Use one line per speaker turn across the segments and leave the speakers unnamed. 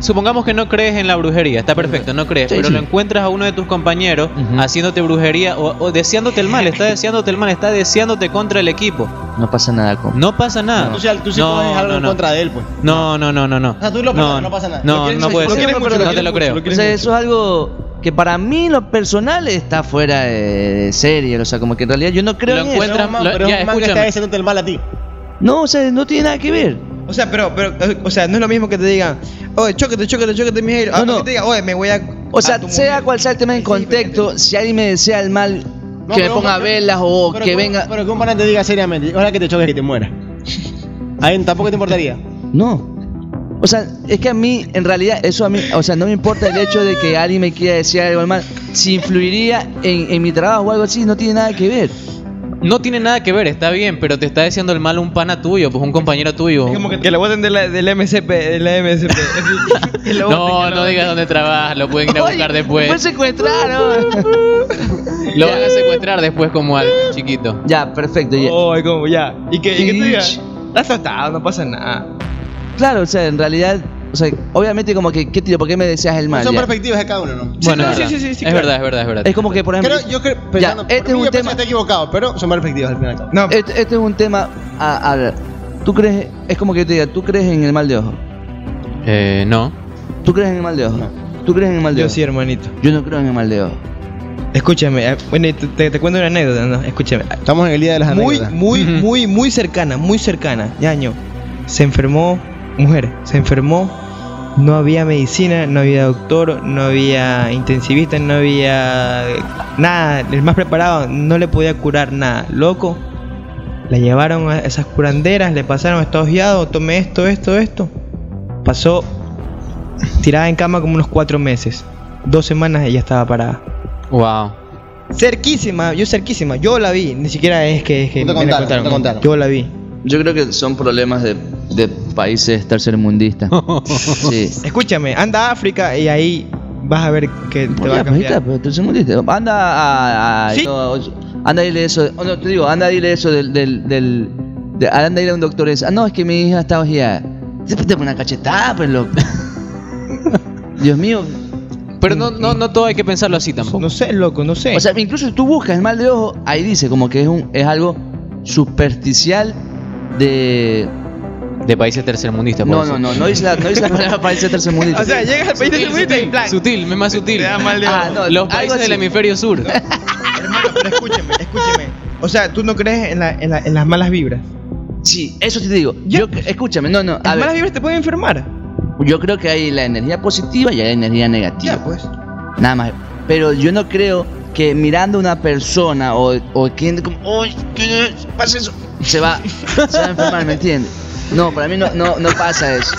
Supongamos que no crees en la brujería, está perfecto, no crees,
Sí,
pero
sí.
lo encuentras a uno de tus compañeros
Ujú.
haciéndote brujería o, o deseándote el mal, está deseándote el mal, está deseándote contra el equipo.
No pasa nada con.
No pasa nada.
O sea, tú sí
Ah. no,
coges algo
no,
en
no.
contra de él, pues.
No, no, no, no, no.
O sea, tú lo pasas, no pasa nada. Lo
No,
quieres-
no
lo
puede
quieres
ser.
mucho, lo
No te
quieres
lo
mucho,
creo.
lo
O sea, eso es algo que para mí lo personal está fuera de serie. O sea, como que en realidad yo no creo
Lo
en
encuentro-
eso.
Pero es un man,
lo-
pero es
ya,
un man que
escúchame.
está deseándote el mal a ti.
No, o sea, no tiene nada que ver.
O sea, pero, pero, eh, o sea, no es lo mismo que te digan, oye, chócate, chócate, chócate, Miguel. Ah,
No, no.
Que te diga, oye, me voy a.
Ah,
Ah,
O
a
sea,
tu
sea
mujer".
cual sea el tema en
Sí, sí, pero-
contexto, si alguien me desea el mal, que me
pero
ponga
un-
velas o
pero
que
un-
venga.
Pero que un pana te diga seriamente, ahora que te choques que te mueras. A él tampoco te importaría.
No. O sea, es que a mí, en realidad, eso a mí, o sea, no me importa el hecho de que alguien me quiera decir algo mal. Si influiría en, en mi trabajo o algo así, no tiene nada que ver.
No tiene nada que ver, está bien, pero te está deseando el mal un pana tuyo, pues un compañero tuyo.
Es como que, que lo voten de la, del MCP, de la MCP. Que lo voten,
No,
que lo
no
voten.
digas dónde trabajas, lo pueden ir a buscar
Oye, Fue
después.
secuestrado.
Lo van a secuestrar después como al chiquito.
ya, perfecto. ya.
Oye, Oh, como ya. Y que, y que te diga,
Ch-
estás tostado, no pasa nada.
Claro, o sea, en realidad, o sea, obviamente como que, ¿qué tío? ¿Por qué me deseas el mal?
Son
Ya.
perspectivas de cada uno, ¿no?
Bueno,
no,
es
sí,
verdad.
sí, sí, sí,
es
claro.
verdad, es verdad, es verdad.
Es como que, por ejemplo,
Creo, yo creo,
ya,
pensando,
este
por mí
es un
yo pienso
tema-
que está equivocado, pero son perspectivas al fin y al cabo.
No,
este, este es un tema a, a ver, tú crees, es como que yo te diga, tú crees en el mal de ojo,
Eh, no.
tú crees en el mal de ojo, tú crees en el mal de
yo
ojo.
sí, hermanito.
Yo no creo en el mal de ojo.
Escúchame, eh, bueno, y te, te- te cuento una anécdota, ¿no? Escúchame.
Estamos en el día de las
Muy,
anécdotas.
muy,
Ujú.
muy, muy cercana, muy cercana. Yaño. Se enfermó, mujer, se enfermó. No había medicina, no había doctor, no había intensivista, no había eh, nada. El más preparado no le podía curar nada. Loco, la llevaron a esas curanderas, le pasaron estados guiados, tome esto, esto, esto. Pasó tirada en cama como unos cuatro meses. Dos semanas ella estaba parada.
Wow.
Cerquísima, yo cerquísima, yo la vi, ni siquiera es que, es que
No te
me la
contaron, no te contaron.
Yo la vi.
Yo creo que son problemas de, de países tercermundistas. sí.
Escúchame, anda a África y ahí vas a ver que te va
Ya,
a
pues, ahí está,
cambiar.
pues, tercermundista. Anda a... a-
Sí.
no, anda a dile eso, oh, no, te digo, anda a dile eso del... del, del de- anda a ir a un doctor y dice, ah, no, es que mi hija está ojeada. Te pone una cachetada, pues, loco. Dios mío.
Pero no, no, no todo hay que pensarlo así tampoco.
No sé, loco, no sé.
O sea, incluso si tú buscas el mal de ojo, ahí dice como que es, un, es algo supersticial de...
De países tercermundistas.
No,
puede
no,
ser.
no, no dice la, no dice la palabra país tercermundista.
O sea, llegas al país de
Sutil,
Seguridad y
sutil,
plan.
sutil, es más sutil.
da mal de
Ah, no,
Los
algo
países del
así.
hemisferio sur.
Hermano, pero escúchame, escúchame. O sea, tú no crees en, la- en la- en las malas vibras.
Sí, eso sí te digo. Yo, escúchame, no, no, a
Las malas
ver,
vibras te pueden enfermar.
yo creo que hay la energía positiva y hay la energía negativa.
Ya, pues.
Nada más. Pero yo no creo que mirando a una persona o, o quien como, uy, ¿qué es? pasa eso? Se va, se va a enfermar, ¿me entiendes? No, para mí no, no, no pasa eso.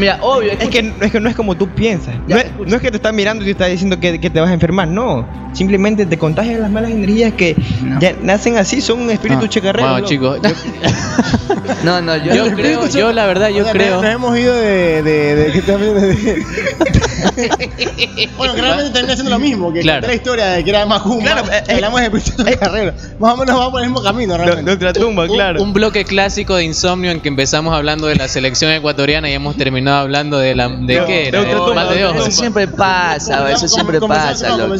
Mira, obvio,
Es que, es que no es como tú piensas.
Ya,
No es,
escucha.
no es que te están mirando y te están diciendo que, que te vas a enfermar. No. Simplemente te contagian las malas energías que
No. Ah,
ya nacen así, son un espíritu
No.
checarrero.
Bueno,
loco.
chicos, yo,
No, no, yo,
yo creo, yo la verdad, yo
O sea,
creo.
Nos, nos hemos ido de. de, de, que también de, bueno, que realmente termina siendo lo mismo. Que
Claro.
contar la historia de que era Macumba.
Claro, eh,
que hablamos de Pechito Carrera. Más o menos vamos por el mismo camino,
De, de
realmente.
otra tumba, claro.
Un bloque clásico de insomnio en que empezamos hablando de la selección ecuatoriana y hemos terminado hablando de la. ¿De
No,
qué?
de
era?
otro
Del
tumba,
mal de
de otro
ojo.
Eso siempre pasa,
Comenzamos-
eso siempre
comenzamos-
pasa,
no,
loco.